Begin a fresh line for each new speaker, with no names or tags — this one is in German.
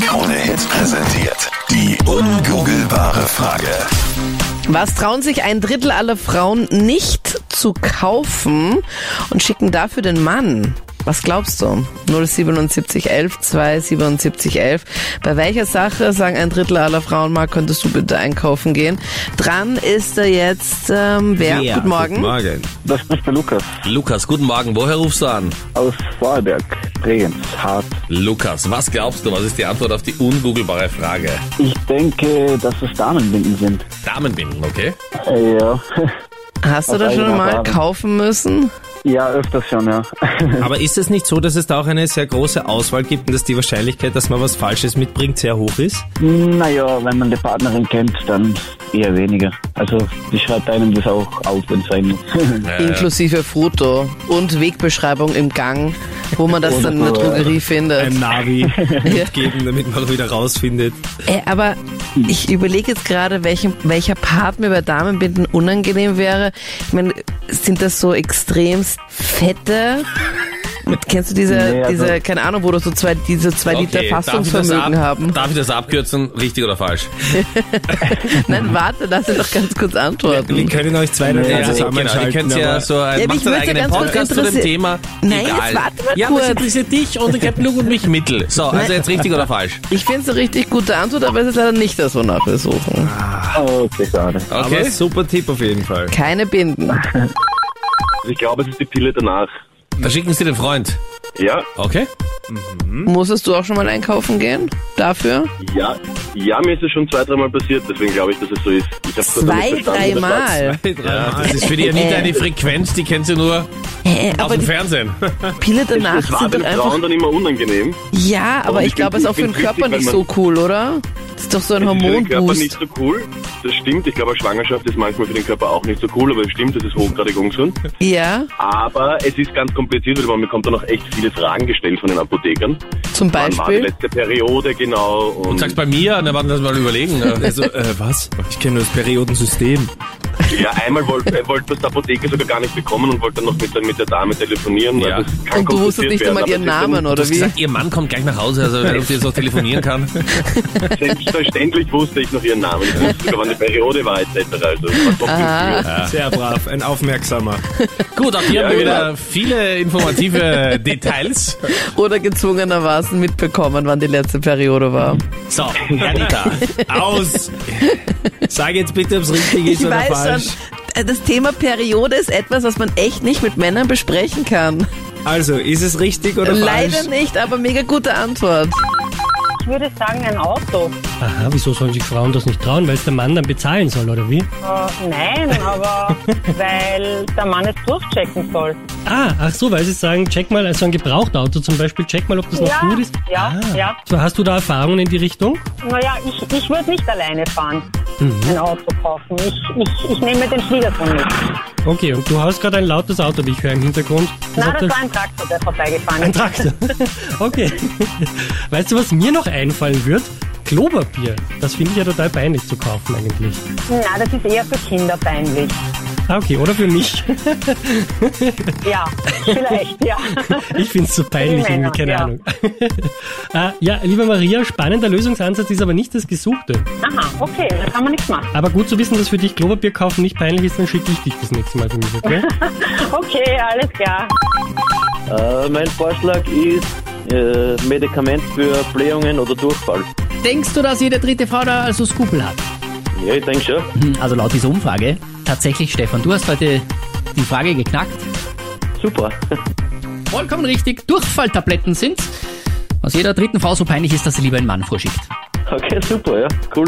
Krone Hits präsentiert. Die ungoogelbare Frage.
Was trauen sich ein Drittel aller Frauen nicht zu kaufen und schicken dafür den Mann? Was glaubst du? 07711 27711. Bei welcher Sache, sagen ein Drittel aller Frauen mal, könntest du bitte einkaufen gehen? Dran ist da jetzt, ähm, wer?
Wer?
Guten Morgen.
Morgen.
Das spricht der Lukas
Lukas, guten Morgen. Woher rufst du an?
aus Vorarlberg, Bregenz, Hart.
Lukas, was glaubst du? Was ist die Antwort auf die ungoogelbare Frage?
Ich denke, dass es Damenbinden sind.
Damenbinden, okay?
Äh, ja.
Hast du
Aus
da schon
eigener
mal
Erfahrung.
kaufen müssen?
ja, öfters schon, ja.
Aber ist es nicht so, dass es da auch eine sehr große Auswahl gibt und dass die Wahrscheinlichkeit, dass man was Falsches mitbringt, sehr hoch ist?
naja, wenn man die Partnerin kennt, dann eher weniger. Also, die schreibt einem das auch auf, wenn es sein muss.
Äh,
Inklusive Foto und Wegbeschreibung im Gang, wo man das dann in der Drogerie findet.
Ein Navi mitgeben, damit man auch wieder rausfindet.
Äh, aber ich überlege jetzt gerade, welchem, welcher Part mir bei Damenbinden unangenehm wäre. Ich meine, sind das so extremst fette? Kennst du diese,
Nee, also-
diese, keine Ahnung, wo du so zwei, diese zwei Liter
okay, darf ich, das ab,
Fassungsvermögen haben?
darf ich das abkürzen? Richtig oder falsch?
Nein, warte, lass ihn doch ganz kurz
Wir
antworten.
können euch zwei dann
Ja,
ja,
genau. Ihr
zusammenschalten.
könnt ja
aber-
so ein,
Ja, aber
macht
ich
einen
möchte
eigenen
ganz kurz
Podcast zu dem
interessier-
Thema.
Nein,
Egal.
jetzt warte mal
ja,
kurz.
Ja, interessiert dich und ich habe nur und mich Mittel. So, also jetzt richtig oder falsch?
Ich finde es eine richtig gute Antwort, aber es ist leider nicht das, wonach wir suchen.
okay, schade.
Okay.
Aber super Tipp auf jeden Fall.
Keine Binden.
Ich glaube, es ist die Pille danach.
Dann schicken Sie den Freund.
Ja,
Okay?
Musstest du auch schon mal einkaufen gehen? Dafür?
ja, ja, mir ist es schon zwei, dreimal passiert, deswegen glaube ich, dass es so ist. Ich hab's nur damit
Zwei,
verstanden, dass
dreimal.
Das ist für die ja nicht eine Frequenz, die kennt sie nur
Mhm.
Hä,
aus
aber
dem
die
Fernsehen.
Pille danach
Das, das war
sind
den
doch einfach
Frauen dann immer unangenehm.
Ja, aber
Aber ich
ich glaube,
find-
es ist
ich
auch für den
find's
Körper
wichtig, wenn
nicht so
man-
cool, oder? Das ist doch so ein
Das ist für den Körper nicht
Hormonboost.
so cool. Das stimmt. Ich glaube, eine Schwangerschaft ist manchmal für den Körper auch nicht so cool, aber es stimmt, das ist hochgradig ungesund.
Ja,
Aber es ist ganz kompliziert, weil man bekommt dann auch echt viele Fragen gestellt von den Apothekern.
zum
Wann war die
Beispiel.
letzte Periode genau?
Und sagst bei mir, dann werden wir das mal überlegen. ne.
Also, äh, was? Ich kenne nur das Periodensystem.
Ja, einmal wollte äh, wollte das der Apotheker sogar gar nicht bekommen und wollte dann noch mit, der- mit der Dame telefonieren.
Ja.
Also es kann
Und du wusstest
kompliziert
nicht
werden,
einmal
aber
ihren
es ist dann-
Namen,
Du
oder
hast
wie?
gesagt, ihr Mann kommt gleich nach Hause, also wenn ich jetzt noch telefonieren kann.
Selbstverständlich wusste ich noch ihren Namen. Ich wusste sogar, wann die Periode war, etc. Also, was kommt denn für?
Sehr brav, ein aufmerksamer.
Gut, auch hier
Ja,
haben wir
genau.
wieder viele informative Details.
Oder gezwungenermaßen mitbekommen, wann die letzte Periode war.
So, Anita,
Aus! Sag jetzt bitte, ob es richtig ist
Ich
oder
weiß
falsch.
schon, äh, das Thema Periode ist etwas, was man echt nicht mit Männern besprechen kann.
Also, ist es richtig oder falsch?
Leider nicht, aber mega gute Antwort.
Ich würde sagen, ein Auto.
Aha, wieso sollen sich Frauen das nicht trauen? Weil es der Mann dann bezahlen soll, oder wie?
Äh, nein, aber weil der Mann es durchchecken soll.
Ah, ach so, weil sie sagen, check mal, also ein Gebrauchtauto zum Beispiel, check mal, ob das noch
ja,
gut ist. Ah.
ja, ja.
So, hast du da Erfahrungen in die Richtung?
Naja, ich, ich würde nicht alleine fahren,
Mhm.
ein Auto kaufen. Ich, ich, ich nehme den Schwiegersohn mit.
Okay, und du hast gerade ein lautes Auto, wie ich höre im Hintergrund.
Na,
hat
das
der-
war ein Traktor, der vorbeigefahren
ein
ist.
Traktor. okay. Weißt du, was mir noch einfallen wird? Klopapier. Das finde ich ja total peinlich zu kaufen eigentlich.
Na, das ist eher für Kinder peinlich.
Ah, okay, oder für mich.
Ja, vielleicht, ja.
Ich finde es so peinlich
Die Männer,
irgendwie, keine
ja.
Ahnung. ah, ja, liebe Maria, spannender Lösungsansatz ist aber nicht das Gesuchte.
Aha, okay, da kann man nichts machen.
Aber gut zu wissen, dass für dich Klopapier kaufen nicht peinlich ist, dann schicke ich dich das nächste Mal für mich, okay?
Okay, alles klar.
Äh, mein Vorschlag ist äh, Medikament für Blähungen oder Durchfall.
Denkst du, dass jede dritte Frau da also Skrupel hat?
Ja, ich denke schon.
Hm, Also laut dieser Umfrage. Tatsächlich, Stefan, du hast heute die Frage geknackt.
Super.
Vollkommen richtig, Durchfalltabletten sind, was jeder dritten Frau so peinlich ist, dass sie lieber einen Mann vorschickt.
Okay, super, ja. Cool.